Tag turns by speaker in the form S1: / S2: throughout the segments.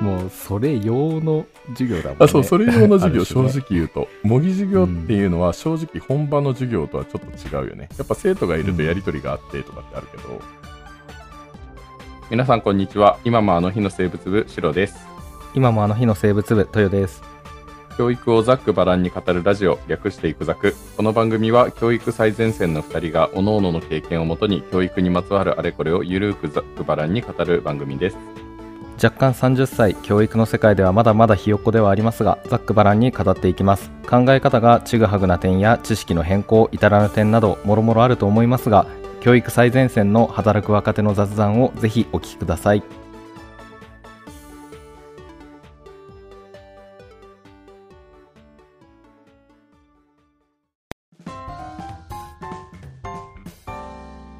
S1: もうそれ用の授業だもんね
S2: あそうそれ用の授業、
S1: ある
S2: 正
S1: 種ね
S2: 直言うと模擬授業っていうのは正直本場の授業とはちょっと違うよねやっぱ生徒がいるとやり取りがあってとかってあるけど、皆さんこんにちは今もあの日の生物部シロです
S1: 今もあの日の生物部豊です
S2: 教育をざっくばらんに語るラジオ略していくざくこの番組は教育最前線の2人が各々の経験をもとに教育にまつわるあれこれをゆるくざっくばらんに語る番組です
S1: 若干30歳教育の世界ではまだまだひよっこではありますがざっくばらんに語っていきます考え方がちぐはぐな点や知識の変更至らぬ点などもろもろあると思いますが教育最前線の働く若手の雑談をぜひお聞きください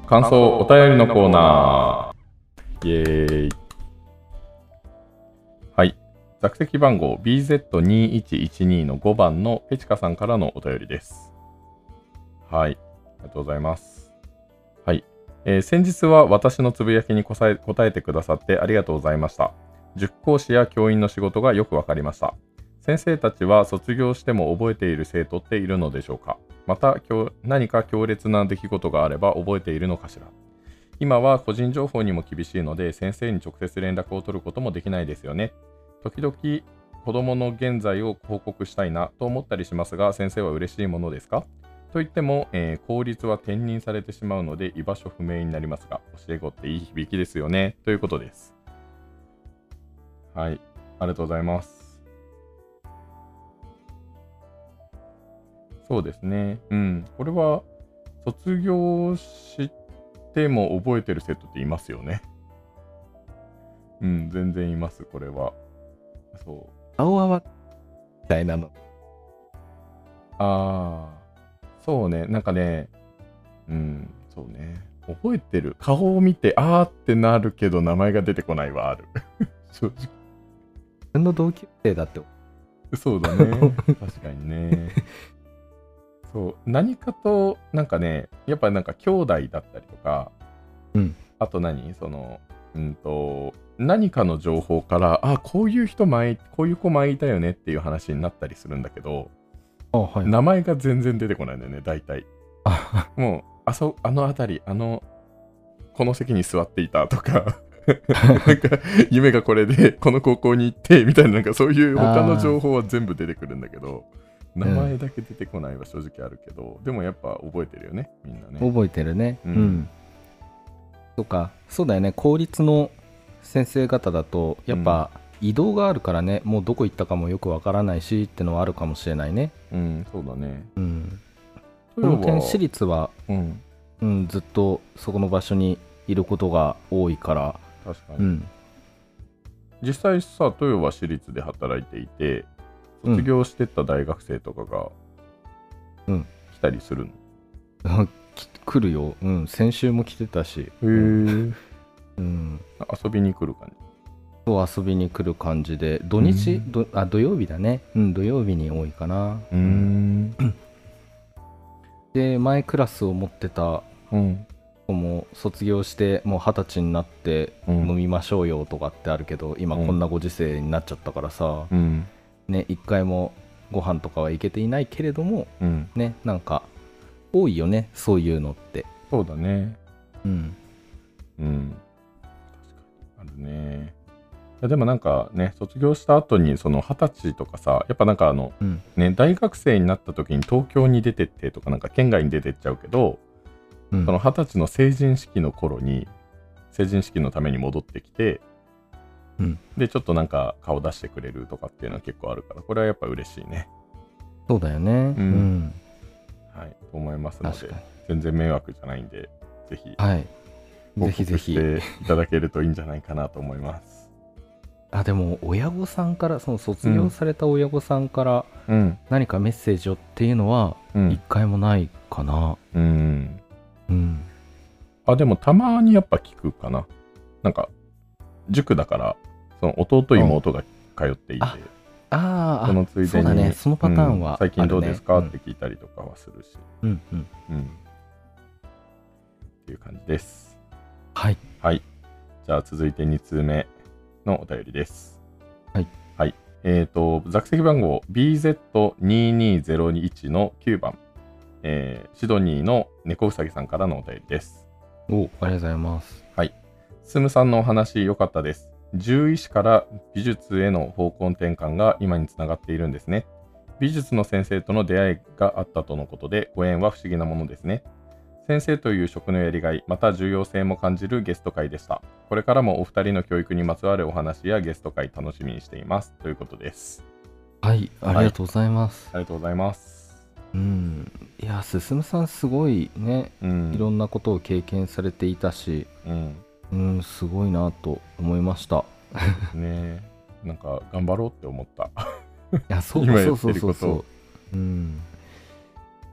S2: 感想お便りのコーナーイエーイはい座席番号 BZ2112 の5番のペチカさんからのお便りですはいありがとうございますはい、えー先日は私のつぶやきに答え答えてくださってありがとうございました塾講師や教員の仕事がよくわかりました先生たちは卒業しても覚えている生徒っているのでしょうかまた強何か強烈な出来事があれば覚えているのかしら今は個人情報にも厳しいので先生に直接連絡を取ることもできないですよね時々子供の現在を報告したいなと思ったりしますが先生は嬉しいものですかと言っても、えー効率は転任されてしまうので居場所不明になりますが教え子っていい響きですよねということですはいありがとうございますそうですね。うん。これは、卒業しても覚えてる生徒っていますよね。うん、全然います、これは。そう。
S1: 青泡みたいなの
S2: ああ、そうね、なんかね、うん、そうね、覚えてる。顔を見て、あーってなるけど、名前が出てこないはある。 正直。
S1: 自分の同級生だって
S2: そうだ ね。確かにね。そう、何かと、なんかね、やっぱなんか兄弟だったりとか、
S1: うん
S2: あと何その、うんと、何かの情報から、あ、こういう人前、こういう子前いたよねっていう話になったりするんだけど、
S1: あはい
S2: 名前が全然出てこないんだよね、大体。
S1: あ
S2: もう、あそ、あの辺り、あの、この席に座っていた とか、なんか、夢がこれで、この高校に行って、みたいな、なんかそういう他の情報は全部出てくるんだけど、名前だけ出てこないは正直あるけど、でもやっぱ覚えてるよね、みんなね。
S1: 覚えてるね
S2: う
S1: うんん、とかそうだよね公立の先生方だとやっぱ移動があるからね、もうどこ行ったかもよくわからないしってのはあるかもしれないね
S2: うん、そうだね。
S1: うん
S2: こ
S1: この点私立は、
S2: うん、
S1: うん、ずっとそこの場所にいることが多いから、
S2: 確かに。
S1: うん、
S2: 実際さ、豊は私立で働いていて、
S1: うん
S2: 卒業してった大学生とかが、
S1: うん
S2: 来たりするの。
S1: き来るよ、うん、先週も来てたし、
S2: へ
S1: うん、
S2: 遊びに来る感じ。
S1: そう遊びに来る感じで土日、
S2: うん
S1: どあ土曜日だね、うん、土曜日に多いかな、
S2: うーん。
S1: で前クラスを持ってた
S2: うん。
S1: 子も卒業してもう二十歳になって
S2: う
S1: 飲
S2: ん。
S1: みましょうよとかってあるけど今
S2: うん
S1: こんなご時世になっちゃったからさ、
S2: うん。
S1: ね一回もご飯とかは行けていないけれども
S2: うん。
S1: ねなんか多いよねそういうのって
S2: そうだね。
S1: うん
S2: うん。確かに。あるね。いやでもなんかね、卒業した後に、その二十歳とかさ、やっぱなんかあの、
S1: うん
S2: ね、大学生になった時に東京に出てってとか、なんか県外に出てっちゃうけど、
S1: うん
S2: その二十歳の成人式の頃に、成人式のために戻ってきて、
S1: うん
S2: で、ちょっとなんか顔出してくれるとかっていうのは結構あるから、これはやっぱ嬉しいね。
S1: そうだよねうん、
S2: はい。と思いますの
S1: 確
S2: で
S1: か、
S2: 全然迷惑じゃないんで、ぜひ
S1: にはい
S2: 報
S1: ぜひぜ
S2: 告
S1: ひ
S2: していただけるといいんじゃないかなと思います。
S1: あでも親御さんからその卒業された親御さんから
S2: うん。
S1: 何かメッセージをっていうのは
S2: う
S1: 一
S2: ん。
S1: 回もないかな
S2: うん、
S1: うん
S2: あ、でもたまにやっぱ聞くかな。なんか、塾だから、その弟、妹が通っていて、
S1: ああーあ
S2: そのついでに。
S1: そうだねそのパターンは
S2: うん最近どうですか、
S1: あるね
S2: って聞いたりとかはするし。
S1: うんうん
S2: うん。っていう感じです。
S1: はい
S2: はい。じゃあ続いて2通目のお便りです。えっ、と、座席番号 BZ22021 の9番、えーシドニーの猫うさぎさんからのお便りです。
S1: おありがとうございます。
S2: スムさんのお話良かったです。獣医師から美術への方向転換が今につながっているんですね。美術の先生との出会いがあったとのことで、ご縁は不思議なものですね。先生という職のやりがい、また重要性も感じるゲスト会でした。これからもお二人の教育にまつわるお話やゲスト会楽しみにしています。ということです。
S1: はい、あ
S2: い
S1: りがとうございます。
S2: ありがとうございます。
S1: うん。いや、進さんすごいね、
S2: うん
S1: いろんなことを経験されていたし、
S2: うん、
S1: うん、すごいなと思いました。
S2: ねえなんか頑張ろうって思った。
S1: いや、そう
S2: 今
S1: そ
S2: や
S1: う
S2: っ
S1: そ
S2: て
S1: う
S2: る
S1: そ
S2: こ
S1: う
S2: と
S1: そう。うん。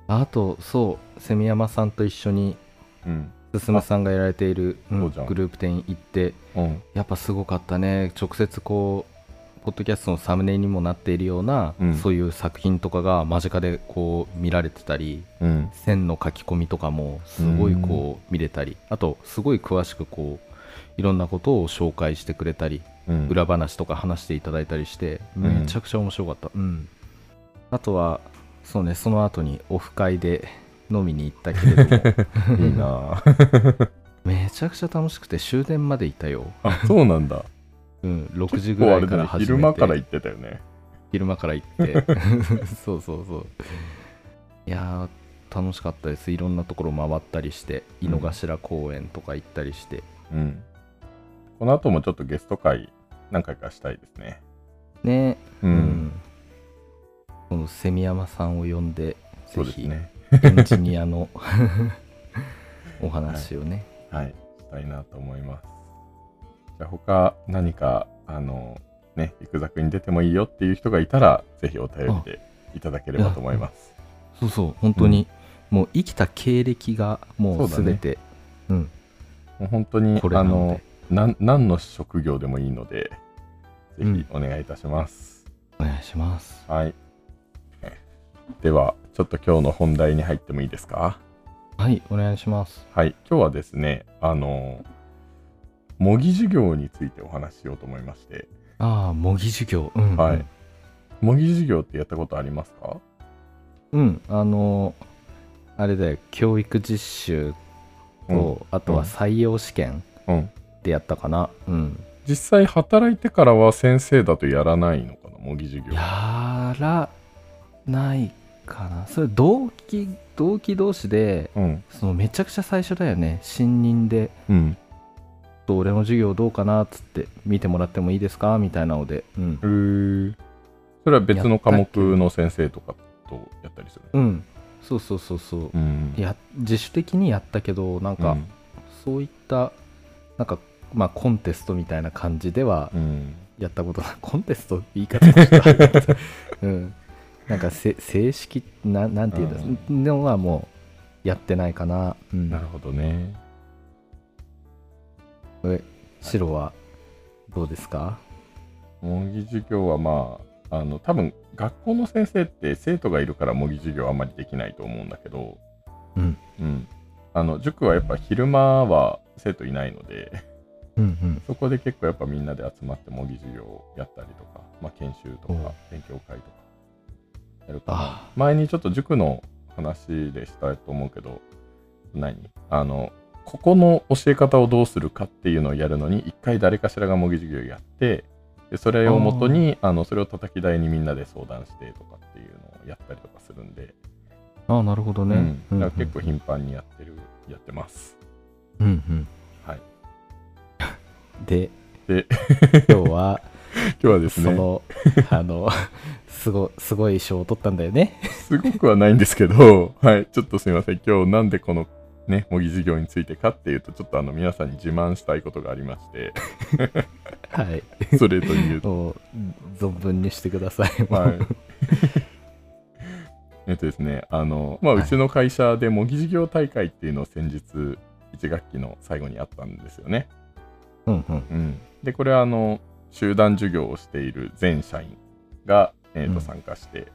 S1: あと、そう、セミヤマさんと一緒に、
S2: うん。
S1: 進さんがやられている、うん
S2: そうじゃん
S1: グループ展行って、
S2: うん。
S1: やっぱすごかったね直接こうポッドキャストのサムネにもなっているような、
S2: うん
S1: そういう作品とかが間近でこう見られてたり
S2: うん。
S1: 線の書き込みとかもすごいこう見れたり、あとすごい詳しくこういろんなことを紹介してくれたり、
S2: うん。
S1: 裏話とか話していただいたりして
S2: ん
S1: めちゃくちゃ面白かった、うんあとはそうねその後にオフ会で飲みに行ったけれ ども
S2: いいなぁ
S1: めちゃくちゃ楽しくて終電までいたよ
S2: あ、そうなんだ。
S1: うん、6時
S2: 結
S1: ぐ
S2: 構
S1: ら
S2: あ
S1: い
S2: れ
S1: か
S2: だ
S1: ら
S2: ね。
S1: 始めて
S2: 昼間から行ってたよね。
S1: 昼間から行って そうそうそういやー楽しかったですいろんなところ回ったりして井の頭公園とか行ったりして、
S2: うん。この後もちょっとゲスト会何回かしたいですね。
S1: ね
S2: う。
S1: うんこのセミヤマさんを呼んでぜ
S2: そうです
S1: ひ、
S2: ね。
S1: エンジニアの お話をね、
S2: はい。したいなと思います。じゃあ他何か、あの、ね、行くざくに出てもいいよっていう人がいたら、ぜひお便りでいただければと思います。
S1: そうそう本当に、もう生きた経歴がもう
S2: そうだね
S1: 全てう,、
S2: もう本当に
S1: ん、こ、れ
S2: あ
S1: な
S2: の
S1: の、
S2: なん何の職業でもいいので、ぜ
S1: うん
S2: ひお願いいたします。
S1: でお願いします
S2: はい。では、ちょっと今日の本題に入ってもいいですか
S1: はいお願いします
S2: はい。今日はですね、あの、模擬授業についてお話ししようと思いまして、
S1: ああ模擬授業うん、
S2: はい模擬授業ってやったことありますか
S1: うんあのあれだよ教育実習
S2: うん。
S1: と、あとは採用試験
S2: うん。
S1: でやったかなうん、
S2: 実際働いてからは先生だとやらないのかな、模擬授業。
S1: やらないかなそれ同期同期同士で
S2: うん。
S1: そのめちゃくちゃ最初だよね新任で
S2: うん。
S1: 「ちょっと俺の授業どうかな?」っつって「見てもらってもいいですか?」みたいなのでうん
S2: う、ーそれは別の科目の先生とかとやったりする。
S1: うん、そうそうそうそう
S2: うん。
S1: や自主的にやったけどなんか、そういったなんかまあコンテストみたいな感じでは
S2: うん。うん
S1: やったことないコンテストって言い方をした、 うん、なんかせ正式ななんていうんです
S2: う
S1: のはもうやってないかな,、うん、
S2: なるほどね。
S1: え白はどうですか
S2: 模擬授業はまあ、あの多分学校の先生って生徒がいるから模擬授業はあまりできないと思うんだけど、
S1: うん
S2: うんあの塾はやっぱ昼間は生徒いないので、
S1: うんうん
S2: そこで結構やっぱみんなで集まって模擬授業をやったりとか、まあ、研修と
S1: お
S2: か
S1: う
S2: 勉強会とかやるかな。
S1: あ
S2: 前にちょっと塾の話でしたと思うけど、何あの、ここの教え方をどうするかっていうのをやるのに、一回誰かしらが模擬授業やって、でそれをもとにあの、それを叩き台にみんなで相談してとかっていうのをやったりとかするんで、
S1: ああなるほどね、
S2: う、
S1: うんん
S2: だから結構頻繁にやってる、やってます。
S1: うんうん
S2: はい。
S1: で
S2: で
S1: 今日は
S2: 今日はです
S1: そ
S2: ね、
S1: の、 あのすごすごい賞を取ったんだよね
S2: すごくはないんですけ ど、はい、ちょっとすみません、今日なんでこのね、模擬授業についてかっていうと、ちょっとあの皆さんに自慢したいことがありま して、
S1: はい
S2: それというと、
S1: もう存分にしてください、
S2: はい。 えっとですね、あの、まあ、
S1: はいう
S2: ちの会社で模擬授業大会っていうのを先日、1学期の最後にあったんですよね。
S1: うんうん
S2: うん、で、これはあの、集団授業をしている全社員が、えー
S1: う
S2: と
S1: ん
S2: 参加して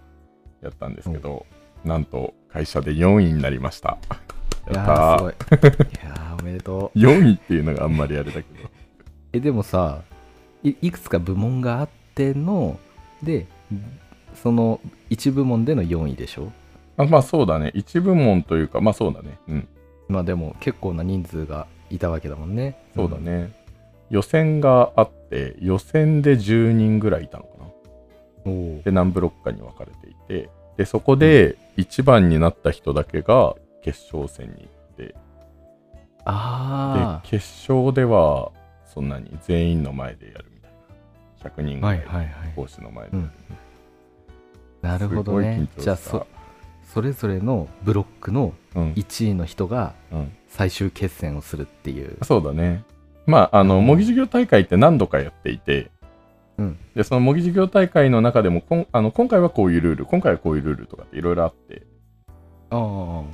S2: やったんですけど、なんと会社で4位になりました。
S1: い
S2: や
S1: や
S2: ったー
S1: ーすごいいやーおめでとう
S2: 4位っていうのがあんまりあれだけど。
S1: えでもさいいくつか部門があってのでその1部門での4位でしょ
S2: あまあそうだね。一部門というか、まあそうだね。うん。
S1: まあでも結構な人数がいたわけだもんね
S2: そうだね。予選があって、予選で10人ぐらいいたのかな。
S1: おお
S2: で、何ブロックかに分かれていて、で、そこで1番になった人だけが決勝戦に行っ
S1: あ
S2: て、決勝では、そんなに全員の前でやるみたいな。100人
S1: あ
S2: ぐ
S1: は
S2: ら
S1: い
S2: い
S1: はいはい
S2: 講師の前で。
S1: うんなるほどね
S2: すごい緊張した
S1: じゃあそそれぞれのブロックの
S2: うん
S1: 1位の人が
S2: うん
S1: 最終決戦をするっていう
S2: そうだね。まあ、あの、模擬授業大会って何度かやっていて、
S1: うん
S2: で、その模擬授業大会の中でもこんあの、今回はこういうルール、今回はこういうルールとかっていろいろあって、
S1: あ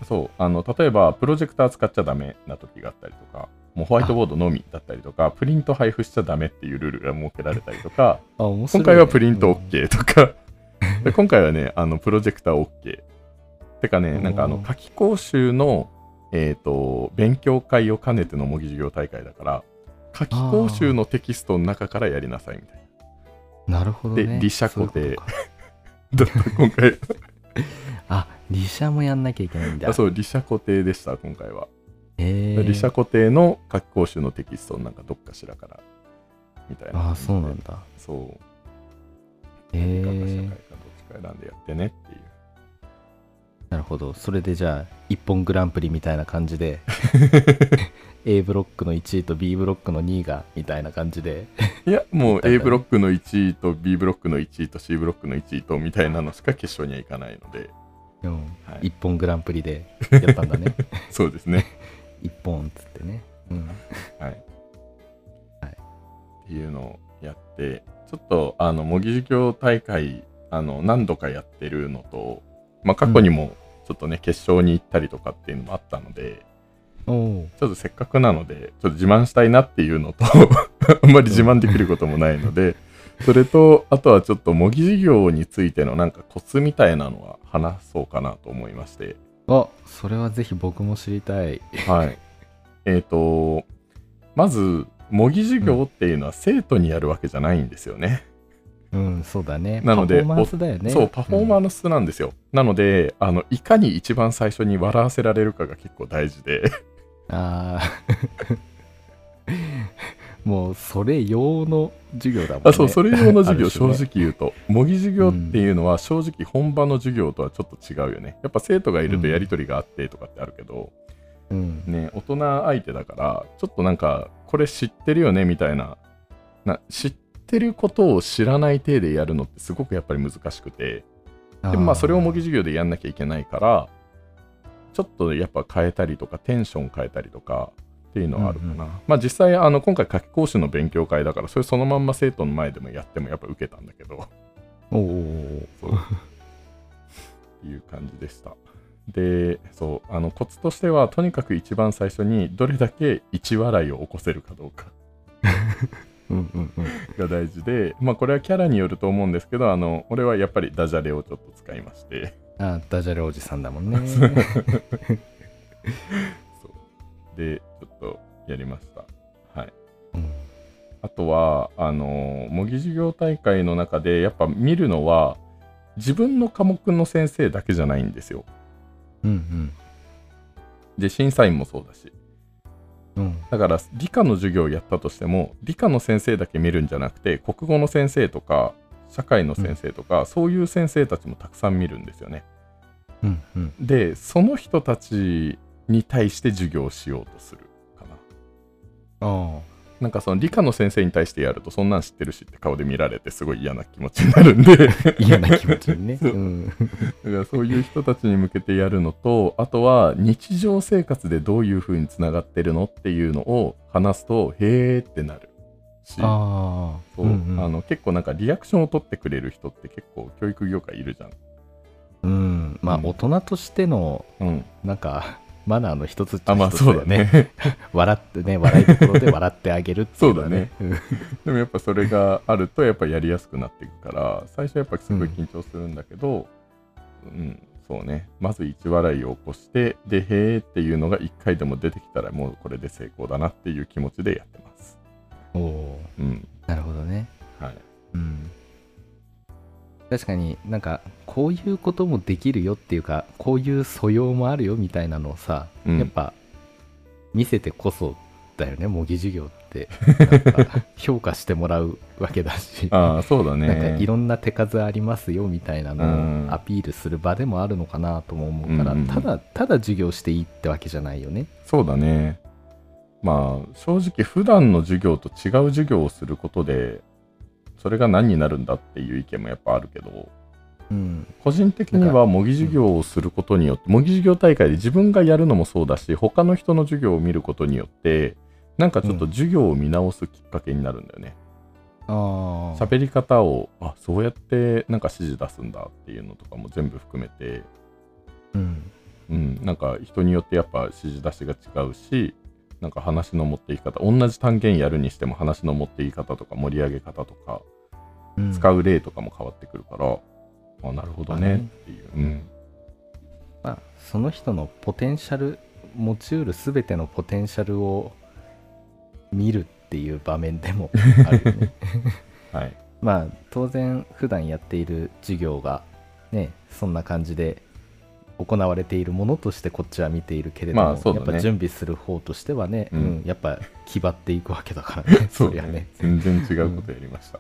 S1: あ
S2: そう、あの、例えば、プロジェクター使っちゃダメな時があったりとか、もうホワイトボードのみだったりとか、プリント配布しちゃダメっていうルールが設けられたりとか、
S1: あ面白い
S2: 今
S1: ね
S2: 回はプリント
S1: うん
S2: OK とか、 で今回はね、あのプロジェクター OK。てかね、なんかあ
S1: お
S2: の
S1: ー
S2: 夏期講習の、えー、と勉強会を兼ねての模擬授業大会だから、夏期講習のテキストの中からやりなさいみたいな。
S1: なるほど、ね、
S2: で利釈で
S1: そういうことか
S2: だった 今回
S1: あリシャもやんなきゃいけないんだ
S2: あそう、理社固定でした、今回は。
S1: へえ
S2: 理社固定の夏期講習のテキストのなんかどっかしらからみたいな。
S1: あそうなんだ
S2: そう。
S1: へ
S2: 理科か社会
S1: え
S2: かどっちか選んでやってねっていう。
S1: なるほどそれでじゃあ一本グランプリみたいな感じ で A ブロックの1位と B ブロックの2位がみたいな感じで
S2: いや、もう
S1: だから
S2: A ブロックの1位と B ブロックの1位と C ブロックの1位とみたいなのしか決勝には行かないので、
S1: うん
S2: はい
S1: 一本グランプリでやったんだ ね
S2: そうです ね。
S1: 一本っつってねうん
S2: はい。
S1: はい
S2: っていうのをやって、ちょっと、あの、模擬授業大会、あの、何度かやってるのと、まあ、過去にも、ちょっとね、決勝に行ったりとかっていうのもあったので、
S1: おお
S2: ちょっとせっかくなので、ちょっと自慢したいなっていうのと、 あんまり自慢できることもないので、それと、あとはちょっと模擬授業についてのなんかコツみたいなのは話そうかなと思いまして、
S1: あそれはぜひ僕も知りたい
S2: はい。えっと、まず、模擬授業っていうのは生徒にやるわけじゃないんですよね。
S1: うんそうだね
S2: なので
S1: パフォーマンスだよね
S2: そう、パフォーマ
S1: ン
S2: ーの質なんですよ。なので、あの、いかに一番最初に笑わせられるかが結構大事で、
S1: ス、ああ もうそれ用の授業だもんね
S2: あそうそれ用の授業、
S1: ある種
S2: 正
S1: ね
S2: 直言うと模擬授業っていうのは正直本場の授業とはちょっと違うよねやっぱ生徒がいるとやり取りがあってとかってあるけど、
S1: うん
S2: ね大人相手だからちょっとなんかこれ知ってるよねみたいなな知ってることを知らない体でやるのってすごくやっぱり難しくてでもまあそれを模擬授業でやんなきゃいけないからちょっとやっぱ変えたりとかテンション変えたりとかっていうのはあるかな、
S1: うんうん
S2: まあ実際あの今回夏期講習の勉強会だからそれそのまんま生徒の前でもやってもやっぱ受けたんだけど
S1: おお
S2: そうっていう感じでしたでそうあのコツとしてはとにかく一番最初にどれだけ一笑いを起こせるかどうか
S1: うんうんうん
S2: が大事でまあこれはキャラによると思うんですけどあの俺はやっぱりダジャレをちょっと使いまして
S1: あーダジャレおじさんだ もんね
S2: そうで、ちょっとやりました。はい。
S1: うん
S2: あとは、あのー模擬授業大会の中で、やっぱ見るのは、自分の科目の先生だけじゃないんですよ。
S1: うん
S2: で、審査員もそうだし。
S1: うんうん
S2: だから、理科の授業をやったとしても、理科の先生だけ見るんじゃなくて、国語の先生とか、社会の先生とか、そういう先生たちもたくさん見るんですよね。
S1: うんうん
S2: で、その人たちに対して授業をしようとするかな。
S1: あ
S2: なんかその理科の先生に対してやるとそんなん知ってるしって顔で見られてすごい嫌な気持ちになるんでだか
S1: あ嫌な気持ちに ね
S2: そう
S1: うん
S2: らそういう人たちに向けてやるのとあとは日常生活でどういう風につながってるのっていうのを話すとへーってなるし
S1: ああ
S2: そうあの結構なんかリアクションを取ってくれる人って結構教育業界いるじゃん。
S1: うんまあ
S2: うん
S1: 大人としての
S2: うん、
S1: なんかマナーの一つっちゃ
S2: あまあ
S1: 一つ
S2: そうだね。
S1: 笑ってね笑いところで笑ってあげるっていうのはうん
S2: でもやっぱそれがあるとやっぱやりやすくなっていくから最初やっぱすごい緊張するんだけど、うんそうねまず一笑いを起こしてでへーっていうのが1回でも出てきたらもうこれで成功だなっていう気持ちでやってます。
S1: おお
S2: うん
S1: なるほどね
S2: はい、
S1: うん確かになんかこういうこともできるよっていうかこういう素養もあるよみたいなのをさ、
S2: うん
S1: やっぱ見せてこそだ よね模擬授業ってなんか評価してもらうわけだし
S2: ああ、そうだね。
S1: なんかいろんな手数ありますよみたいなの
S2: う
S1: を
S2: ん
S1: アピールする場でもあるのかなとも思うから、
S2: うんうんうん
S1: ただただ授業していいってわけじゃないよね。
S2: そうだね。まあ、正直、普段の授業と違う授業をすることで、それが何になるんだっていう意見もやっぱあるけど、
S1: うん、
S2: 個人的には模擬授業をすることによって、模擬授業大会で自分がやるのもそうだし、他の人の授業を見ることによって、なんかちょっと授業を見直すきっかけになるんだよね。
S1: あ
S2: 喋り方を、あそうやってなんか指示出すんだっていうのとかも全部含めて、
S1: うん、
S2: うん、なんか人によってやっぱ指示出しが違うし、なんか話の持っていき方、同じ単元やるにしても話の持っていき方とか盛り上げ方とか、
S1: うん
S2: 使う例とかも変わってくるから、あなるほどねっていう。うん
S1: まあ、その人のポテンシャル持ちうる全てのポテンシャルを見るっていう場面でもあるよ ね。
S2: はい、
S1: まあ当然普段やっている授業がねそんな感じで行われているものとしてこっちは見ているけれども、
S2: まあそうだ
S1: やっ
S2: ね
S1: ぱ準備する方としてはね、う
S2: うんん
S1: やっぱ気張っていくわけだから ねそ
S2: だ
S1: りゃね。
S2: 全然違うことやりました。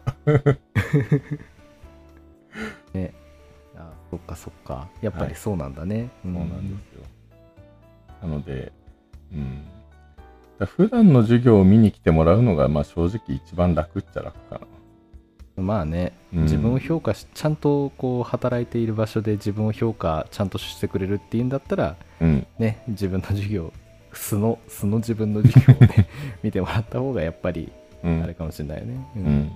S1: ねあそっかそっかやっぱ
S2: は
S1: り
S2: い
S1: そうなんだね。そう
S2: そうなんですよ。なので、うん。だ普段の授業を見に来てもらうのが、まあ正直一番楽っちゃ楽かな。
S1: まあね、
S2: うん
S1: 自分を評価しちゃんとこう働いている場所で自分を評価ちゃんとしてくれるっていうんだったら
S2: うん、
S1: ね自分の授業素の 素の自分の授業を ね見てもらった方がやっぱり
S2: うん
S1: あれかもしれないよね。う
S2: うんん。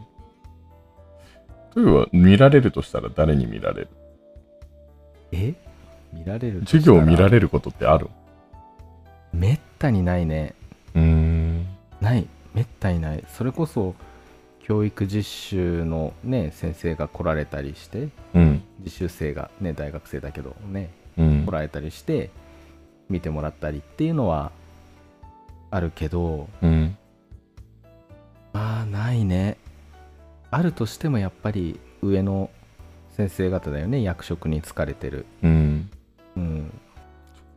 S2: というは、見られるとしたら誰に見られる
S1: え見られる
S2: 授業を見ら
S1: る
S2: れることってある
S1: めったにないね
S2: うーん。
S1: ないめったにないそれこそ教育実習のね先生が来られたりして
S2: うん。
S1: 実習生がね大学生だけどね
S2: うん
S1: 来。られたりして見てもらったりっていうのはあるけど
S2: うん。
S1: まあないねあるとしてもやっぱり上の先生方だよね役職に就かれてる
S2: うん。
S1: うん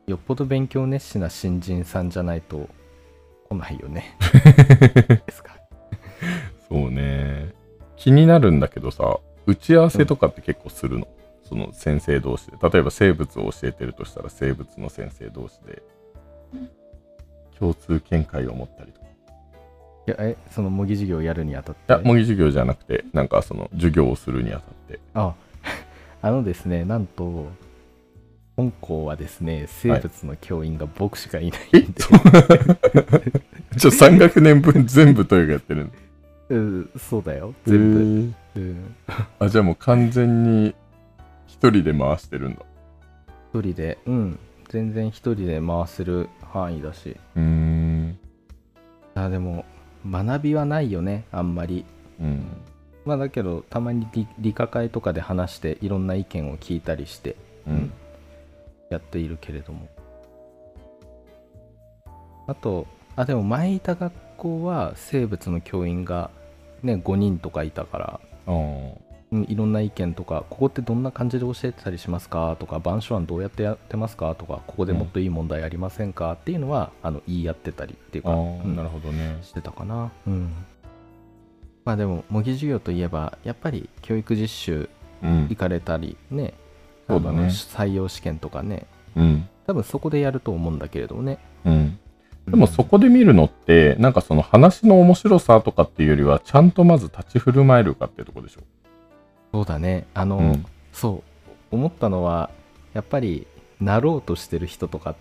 S1: よっぽど勉強熱心な新人さんじゃないと来ないよねですか
S2: そうね。気になるんだけどさ、打ち合わせとかって結構するの、その先生同士で。例えば生物を教えてるとしたら生物の先生同士で共通見解を持ったりとか。
S1: いやえその模擬授業をやるにあたっ
S2: い
S1: て
S2: や、模擬授業じゃなくて、なんかその授業をするにあたって。
S1: ああのですねなんと本校はですね生物の教員が僕しかいないんで、
S2: ちょ、3学年分全部というかやって るの
S1: うんそうだよ全部、う
S2: 部。
S1: ん
S2: あ、じゃあもう完全に一人で回してるんだ。
S1: 一人でうん全然一人で回せる範囲だし
S2: うーん。
S1: あでも学びはないよねあんまり
S2: うん。
S1: まあだけどたまに理理科会とかで話していろんな意見を聞いたりして
S2: うん。
S1: やっているけれどもあとあでも前いた学校は生物の教員がね5人とかいたから、
S2: あー
S1: うん、いろんな意見とかここってどんな感じで教えてたりしますかとか板書案どうやってやってますかとかここでもっといい問題ありませんかっていうのはあの言い合ってたりっていう
S2: あ
S1: か、
S2: ー、
S1: うん
S2: なるほどね。
S1: してたかなうんまあでも模擬授業といえばやっぱり教育実習
S2: うん
S1: 行。かれたりね
S2: そうだね
S1: あの採用試験とかね
S2: うん。
S1: 多分そこでやると思うんだけれどもね
S2: うん。でもそこで見るのって、なんかその話の面白さとかっていうよりは、ちゃんとまず立ち振る舞えるかっていうとこでしょ。
S1: そうだねあの、
S2: うん
S1: そう思ったのはやっぱりなろうとしてる人とか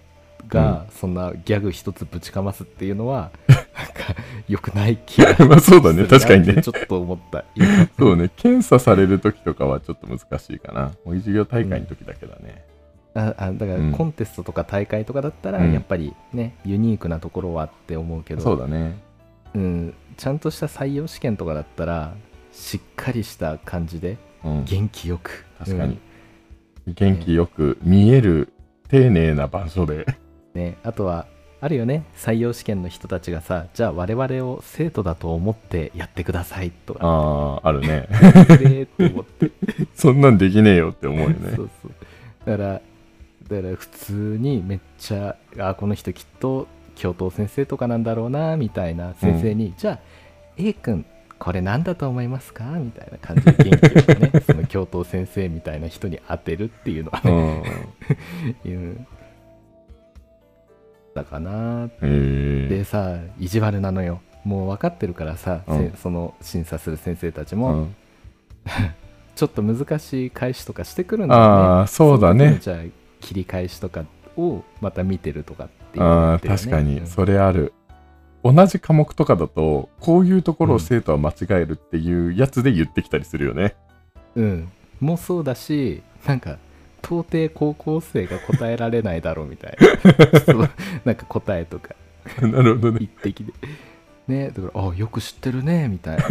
S1: が、そんなギャグ一つぶちかますっていうの はなんか良くない気が
S2: まあそうだ
S1: する
S2: ね、
S1: なって
S2: 確かにね。
S1: ちょっと思った今
S2: そうね、検査される時とかはちょっと難しいかな。模擬授業大会の時だけだね。
S1: ああだから
S2: うん
S1: コンテストとか大会とかだったら、
S2: うん
S1: やっぱりねユニークなところはって思うけど
S2: そうだね。
S1: うん、ちゃんとした採用試験とかだったらしっかりした感じで
S2: うん、
S1: 元気よく
S2: 確か
S1: う
S2: に
S1: ん。
S2: 元気よく見える丁寧な場所で。
S1: ね、あとはあるよね採用試験の人たちがさじゃあ我々を生徒だと思ってやってくださいとか
S2: ああ、あるね。
S1: ねって思って
S2: そんなんできねえよって思うよね
S1: そ。うそうだからだから普通にめっちゃあこの人きっと教頭先生とかなんだろうなみたいな先生に、じゃあ A 君これ何だと思いますかみたいな感じで元気を ねその教頭先生みたいな人に当てるっていうのは
S2: う
S1: ね、
S2: ん。
S1: うんだかな
S2: へえ
S1: でさ意地悪なのよもう分かってるからさ、せ
S2: うん
S1: その審査する先生たち
S2: う
S1: も、
S2: ん
S1: ちょっと難しい返しとかしてくるんだよね
S2: ああ、そうだね。
S1: その時のじゃあ切り返しとかをまた見てるとかっていうの
S2: あ
S1: や
S2: あ
S1: ってるよね
S2: 確か
S1: う
S2: に
S1: ん
S2: それある、同じ科目とかだとこういうところを生徒は間違えるっていうやつで言ってきたりするよね、
S1: うんもうそうだしなんか到底高校生が答えられないだろうみたい なそうなんか答えとか
S2: なるほどね
S1: 一滴でねだから「あよく知ってるね」みたい な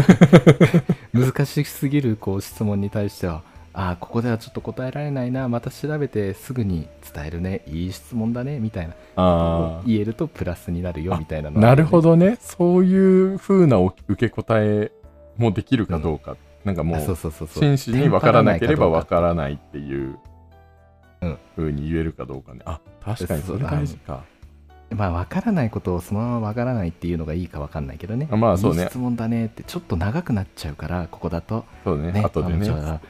S1: 難しすぎるこう質問に対しては「あここではちょっと答えられないなまた調べてすぐに伝えるねいい質問だね」みたいな
S2: あ
S1: 言えるとプラスになるよみたいな
S2: あ
S1: のがあ
S2: な
S1: よね
S2: るほどねそういう風な受け答えもできるかどうか、なんかも
S1: あそう
S2: う
S1: そうそうそう
S2: 真摯に分からなければ分
S1: ら
S2: からないっていう
S1: うん
S2: 風に言えるかどうかねあ確かにそれ大事か
S1: まあ分からないことをそのまま分からないっていうのがいいか分かんないけどね
S2: あまあそうね
S1: いい質問だねってちょっと長くなっちゃうからここだと
S2: そうね
S1: ね
S2: 後
S1: あ
S2: で
S1: のじ
S2: ね
S1: ゃあ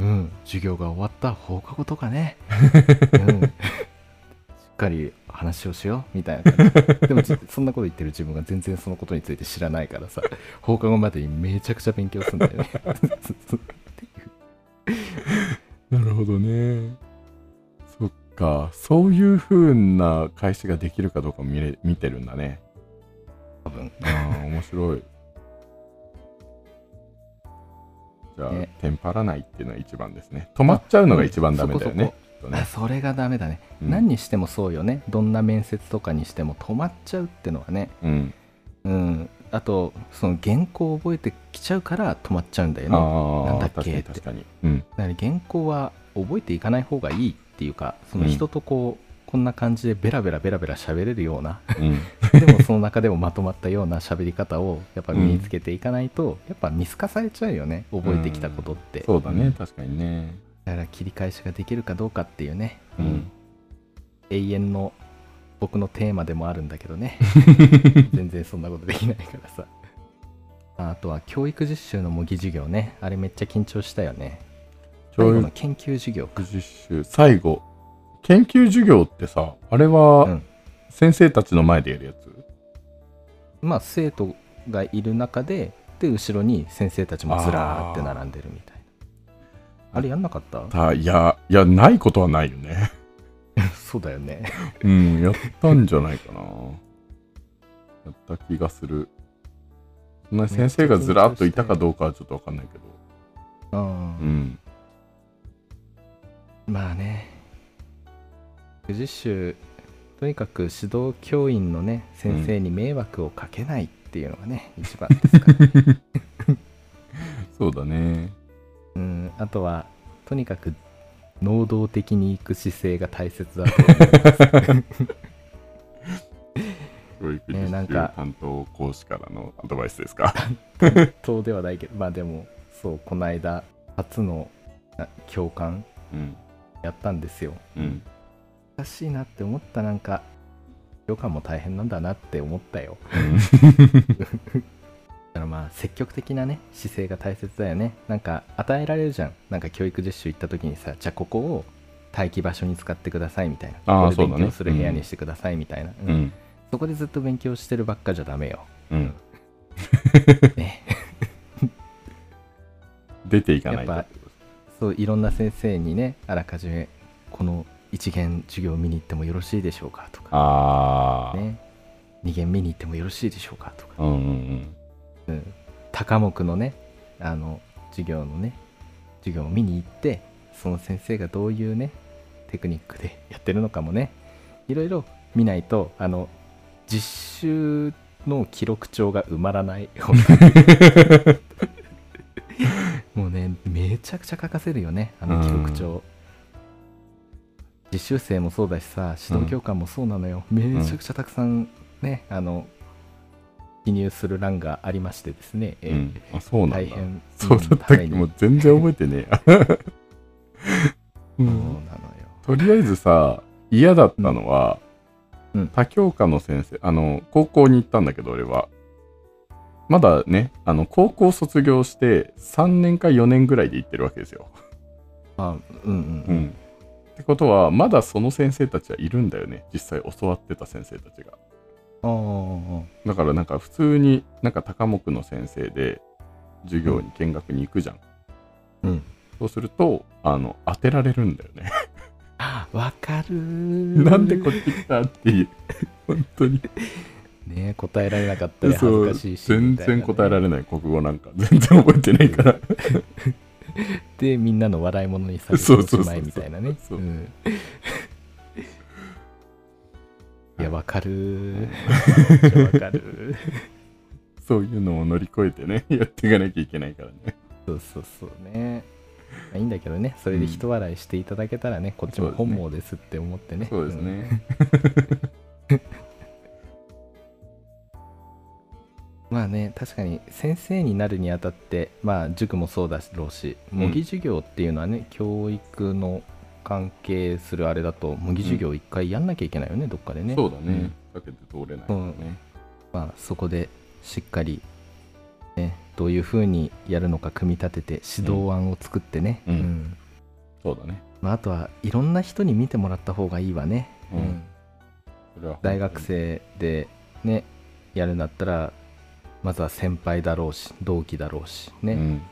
S1: うん授業が終わった放課後とか ね、うん、しっかり話をしようみたいな感じでもじそんなこと言ってる自分が全然そのことについて知らないからさ放課後までにめちゃくちゃ勉強するんだよね
S2: なるほどね。そっか、そういう風な返しができるかどうか見れ見てるんだね。
S1: 多分
S2: ああ、面白い。じゃあ、
S1: ね
S2: テンパらないっていうのが一番ですね。止まっちゃうのが一番ダメだよ
S1: そ
S2: ね
S1: こ。
S2: き
S1: そ
S2: っと
S1: こあ
S2: ね
S1: それがダメだね
S2: うん
S1: 何にしてもそうよねどんな面接とかにしても止まっちゃうってのはね、
S2: うん、
S1: うん、あとその原稿を覚えてきちゃうから止まっちゃうんだよねなん
S2: あ
S1: だ
S2: あ、
S1: っ
S2: 確か
S1: け
S2: に確かに。うん、
S1: だから原稿は覚えていかない方がいいっていうかその
S2: うん
S1: 人とこう、こんな感じでベラベラベラベラ喋れるよう な
S2: うん、
S1: でもその中でもまとまったような喋り方をやっぱ身につけていかないと、やっぱ見透かされちゃうよね覚えてきたことって、
S2: そうだね、確かにね。
S1: だから切り返しができるかどうかっていうね、
S2: うん、
S1: 永遠の僕のテーマでもあるんだけど ね全然そんなことできないからさああとは教育実習の模擬授業ねあれめっちゃ緊張したよね最
S2: 教
S1: 後の
S2: 育
S1: 研究授業か
S2: 実習、最後、研究授業ってさ、あれ
S1: う
S2: は
S1: ん
S2: 先生たちの前でやるやつ、
S1: まあ生徒がいる中でで後ろに先生たちもずらーって並んでるみたいなあれやんなかった
S2: あいや、いや、ないことはないよね。
S1: そうだよね
S2: うん、 やったんじゃないかな。やった気がする。そんなに先生がずらっといたかどうかはちょっとわかんないけど。
S1: う
S2: うんん。
S1: まあね実習とにかく指導教員のね先生に迷惑をかけないっていうのがね、一番 ですから
S2: そうだね。
S1: うん、あとはとにかく能動的に行く姿勢が大切だ と思
S2: 教育
S1: ねな
S2: 実
S1: ん
S2: 習
S1: か
S2: 担当講師からのアドバイスですか。
S1: うそうではないけどまあでもそうこの間初のあ教官
S2: うん。
S1: やったんですよ
S2: うん。
S1: 難しいなって思ったなんか教官も大変なんだなって思ったよだから まあ積極的なね姿勢が大切だよねなんか与えられるじゃんなんか教育実習行った時にさじゃあここを待機場所に使ってくださいみたいな
S2: あ
S1: ここ
S2: ー
S1: で
S2: そうだ
S1: 勉
S2: ね
S1: 強する部屋にしてくださいみたいな、
S2: う
S1: うん
S2: ん。
S1: そこでずっと勉強してるばっかじゃダメよ
S2: うん。
S1: ね
S2: 出ていかないと
S1: やっぱそういろんな先生にねあらかじめこの1限授業見に行ってもよろしいでしょうかとか、
S2: ああ。
S1: ね、2限見に行ってもよろしいでしょうかとか
S2: うんうん
S1: 多科目のねあの授業のね授業を見に行ってその先生がどういうねテクニックでやってるのかもねいろいろ見ないとあの実習の記録帳が埋まら ないもうねめちゃくちゃ書かせるよねあの記録帳、実習生もそうだしさ指導教官もそうなのよ、めちゃくちゃたくさんねあの記入する欄がありましてですね、え
S2: う
S1: ー
S2: ん、あそうなんだ
S1: 大変
S2: そうだったっけ
S1: うん
S2: もう全然覚えてねえや、う、
S1: そうなんのよ
S2: とりあえずさ嫌だったのは、
S1: うん
S2: 他教科の先生あの高校に行ったんだけど俺はまだねあの高校卒業して3年か4年ぐらいで行ってるわけですよ、
S1: あうんうん、
S2: うんってことはまだその先生たちはいるんだよね実際教わってた先生たちが
S1: あー
S2: だからなんか普通になんか高目の先生で授業に見学に行くじゃん。
S1: うん
S2: そうするとあの当てられるんだよね。
S1: あわかる
S2: なんでこっち来たっていう。本当に。
S1: ね答えられなかったり恥
S2: そう
S1: ずかしいし
S2: 全
S1: みたいなね
S2: 然答えられない国語なんか全然覚えてないから。
S1: でみんなの笑い物にされて
S2: そう
S1: おし
S2: そうそう
S1: まいみたいなね
S2: そう
S1: うんいやわかるわかる
S2: そういうのを乗り越えてね やっていかなきゃいけないからね。
S1: そうそうそうね、まあいいんだけどねそれで人笑いしていただけたらね、こっちも本望ですって思ってね
S2: そうです
S1: ん
S2: ね。
S1: まあね確かに先生になるにあたってまあ塾もそうだろうし模擬授業っていうのはね、教育の関係するあれだと模擬授業一回やんなきゃいけないよね、どっかでね
S2: そうだね。避けて通れないからね。
S1: まあ、そこでしっかり、ね、どういうふうにやるのか組み立てて指導案を作ってね、
S2: うんそうだね。
S1: まあ、あとはいろんな人に見てもらった方がいいわね、
S2: うんそれは本当に
S1: 大学生でねやるんだったらまずは先輩だろうし同期だろうしね、
S2: うん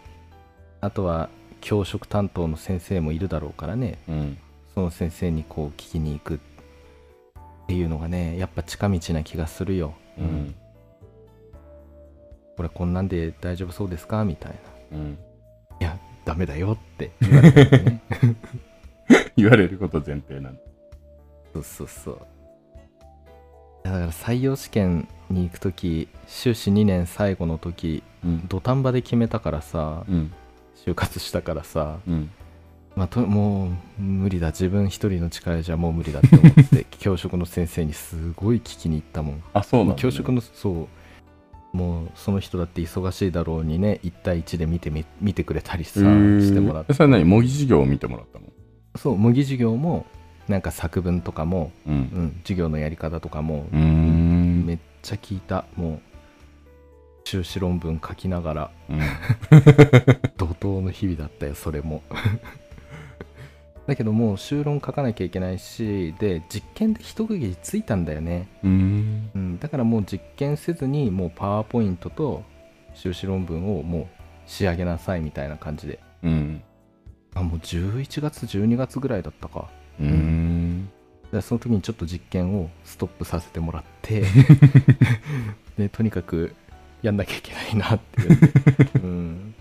S1: あとは教職担当の先生もいるだろうからね
S2: うん。
S1: その先生にこう聞きに行くっていうのがねやっぱ近道な気がするよ、
S2: うん。
S1: これこんなんで大丈夫そうですかみたいな
S2: うん。
S1: ダメだよって言われたりね
S2: 言われること前提なんだ。
S1: そうそうそうだから採用試験に行く時修士2年最後の時
S2: うん。
S1: 土壇場で決めたからさ
S2: うん。
S1: 就活したからさ、
S2: うん。
S1: まあ、ともう無理だ自分一人の力じゃもう無理だって思って教職の先生にすごい聞きに行ったもん
S2: あ、そうなんだ、
S1: 教職のそうもうその人だって忙しいだろうにね1対1で見てみ見てくれたりさしてもらっ
S2: えそれ何模擬授業を見てもらったの
S1: そう模擬授業もなんか作文とかも
S2: う。
S1: うんん、授業のやり方とかも
S2: うーん。
S1: めっちゃ聞いたもう修士論文書きながら
S2: うん
S1: 怒涛の日々だったよそれもだけどもう修論書かなきゃいけないしで実験で一区切りついたんだよね、
S2: うーん。
S1: うん、だからもう実験せずにもうパワーポイントと修士論文をもう仕上げなさいみたいな感じで
S2: うん。
S1: あもう11月12月ぐらいだったか
S2: うーん。
S1: でその時にちょっと実験をストップさせてもらって でとにかくやんなきゃいけないなっていう、 うん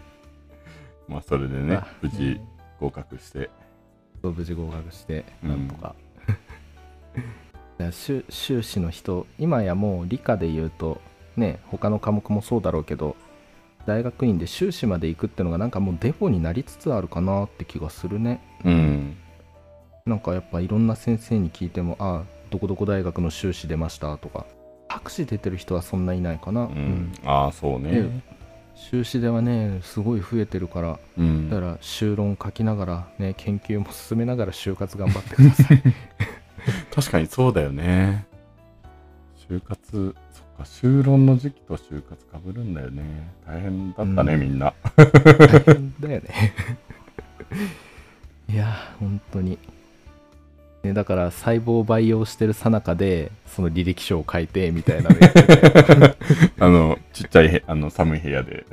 S2: まあ、それでね
S1: あ、
S2: 無
S1: う
S2: 事
S1: ん
S2: 合格して。
S1: そう無事合格して
S2: うん
S1: なんとか、 だから修修士の人今やもう理科で言うとね他の科目もそうだろうけど大学院で修士まで行くってのがなんかもうデフォになりつつあるかなって気がするね
S2: うん。
S1: なんかやっぱいろんな先生に聞いても「あどこどこ大学の修士出ました」とか博士出てる人はそんないないかな、
S2: うん。ああ、そうね。
S1: 修士ではねすごい増えてるから
S2: う
S1: だか
S2: ん。
S1: ら修論書きながら、ね、研究も進めながら就活頑張ってください
S2: 確かにそうだよね。就活、そっか、就論の時期と就活かぶるんだよね。大変だったね、
S1: うん
S2: みんな。
S1: 大変だよね いや本当にねだから細胞を培養してるさなかでその履歴書を書いてみたいなのやってて
S2: あの、ちっちゃいへ、あの、寒い部屋で。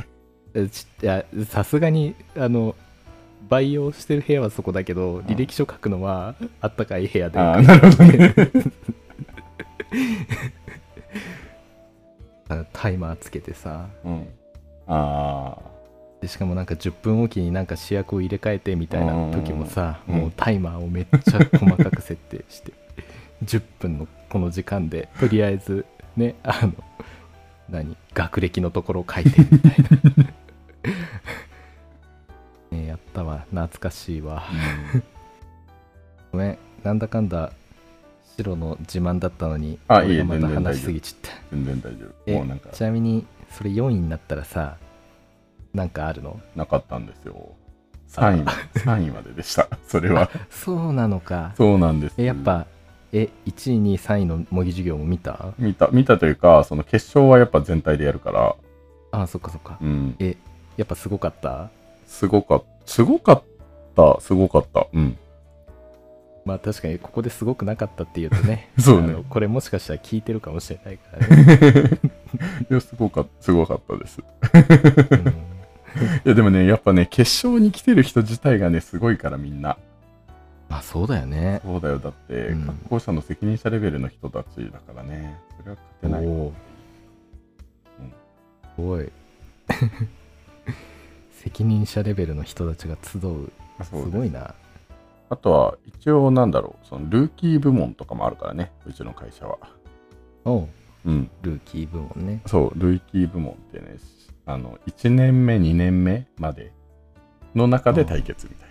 S1: えちいやさすがにあの培養してる部屋はそこだけど履歴書書くのはあったかい部屋で
S2: ああ、なるほどね。
S1: あタイマーつけてさ
S2: うん。ああ。
S1: でしかもなんか10分おきになんか主役を入れ替えてみたいな時もさ、
S2: うんうんうん
S1: もうタイマーをめっちゃ細かく設定して10分のこの時間でとりあえずねあの何学歴のところを書いてみたい なねやったわ懐かしいわ
S2: うん
S1: ごめんなんだかんだ白の自慢だったのに
S2: あ
S1: 俺がま
S2: いえ全
S1: た
S2: 然大丈夫
S1: 話しすぎちゃっ
S2: 全然大丈
S1: え
S2: 夫。もうなんか
S1: たちなみにそれ4位になったらさなんかあるの
S2: なかったんですよ。3位まで、3位まででした。 それは。
S1: そうなのか
S2: そうなんです。
S1: えやっぱえ1位2位3位の模擬授業も見た
S2: 見た、見たというか、その決勝はやっぱ全体でやるから、
S1: あそっかそっか
S2: うん、
S1: えやっぱすごかった
S2: すごかった、すごかった、すごかった。うん。
S1: まあ確かにここですごくなかったっていうとね
S2: そうね
S1: あのこれもしかしたら聞いてるかもしれないからね、
S2: いや、すごかった、すごかったです。
S1: うん
S2: いや、でもね、やっぱね、決勝に来てる人自体がね、すごいからみんな。
S1: まあそうだよね
S2: そうだよ、だって
S1: うん、
S2: 学校者の責任者レベルの人たちだからね、それは
S1: お
S2: 勝てない。
S1: おーすごい 責任者レベルの人たちが集う
S2: あ
S1: す
S2: そうです
S1: ごいな
S2: あとは、一応なんだろう、そのルーキー部門とかもあるからね、うちの会社は。
S1: おう
S2: うん、
S1: ルーキー部門ね
S2: そう、ルーキー部門ってね、あの1年目、2年目までの中で対決みたい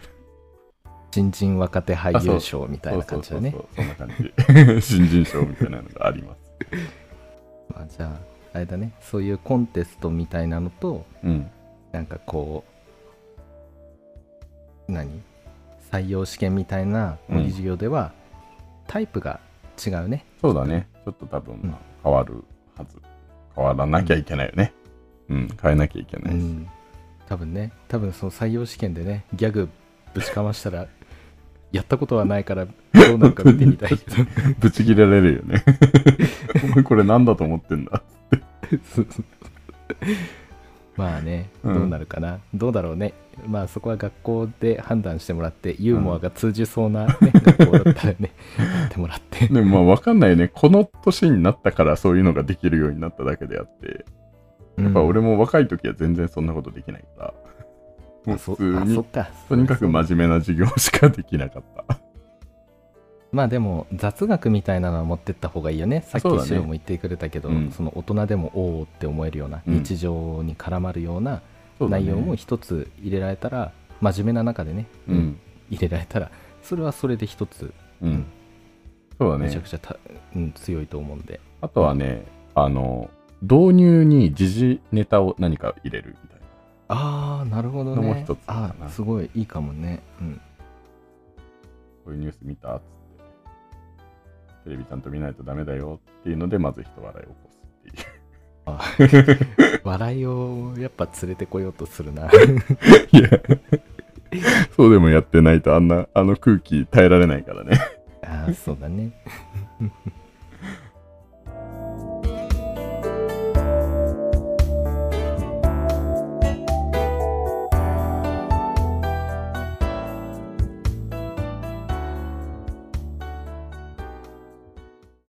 S1: 新人若手俳優賞みた
S2: な。
S1: い
S2: そう
S1: な
S2: そ
S1: 感じだ
S2: うそう
S1: ね
S2: そう、そんな感じ。 新人賞みたいなのがあります。
S1: まあじゃああれだねそういうコンテストみたいなのと
S2: うん、
S1: なんかこう何採用試験みたいな模擬授業では、タイプが違うね
S2: そうだね。ちょっと多
S1: うん
S2: 分変わるはず。変わらなきゃいけないよね。うん、変えなきゃいけな
S1: う
S2: い し。
S1: ん多分ね多分その採用試験でねギャグぶちかましたら やったことはないからどうなるか見てみたい
S2: ぶち切れられるよね。 お前これなんだと思ってんだ。
S1: まあね
S2: う
S1: ど
S2: ん
S1: うなるかな、どうだろうねまあそこは学校で判断してもらってユーモアが通じそうな、ね 学校だったらねやってもらって
S2: でもまあ分かんないよね。この年になったからそういうのができるようになっただけであって、やっぱ俺も若い時は全然そんなことできないから、もう
S1: あそ
S2: 普
S1: あそ
S2: 通に
S1: っ、か
S2: とにかく真面目な授業しかできなかった。
S1: まあでも雑学みたいなのは持ってった方がいいよねさっき
S2: そうだね
S1: シロも言ってくれたけどそ、
S2: うん
S1: の大人でもおおって思えるような、
S2: うん
S1: 日常に絡まるような
S2: そうだね
S1: 内容も一つ入れられたら、真面目な中でね、
S2: うん。
S1: 入れられたらそれはそれで一つ
S2: うん。そうだ
S1: めちゃ
S2: ね
S1: く。ちゃた、うん、強いと思うんで
S2: あとはね、あの、導入に時事ネタを何か入れるみたいな。
S1: ああなるほどね
S2: もう一つかな
S1: あーすごいいいかもね、うん、
S2: こういうニュース見たっつって。テレビちゃんと見ないとダメだよっていうので、まず人笑いを起こすっていう。
S1: 笑いをやっぱ連れてこようとする な
S2: いや、そうでもやってないとあんな、あの空気耐えられないからね。
S1: あーそうだね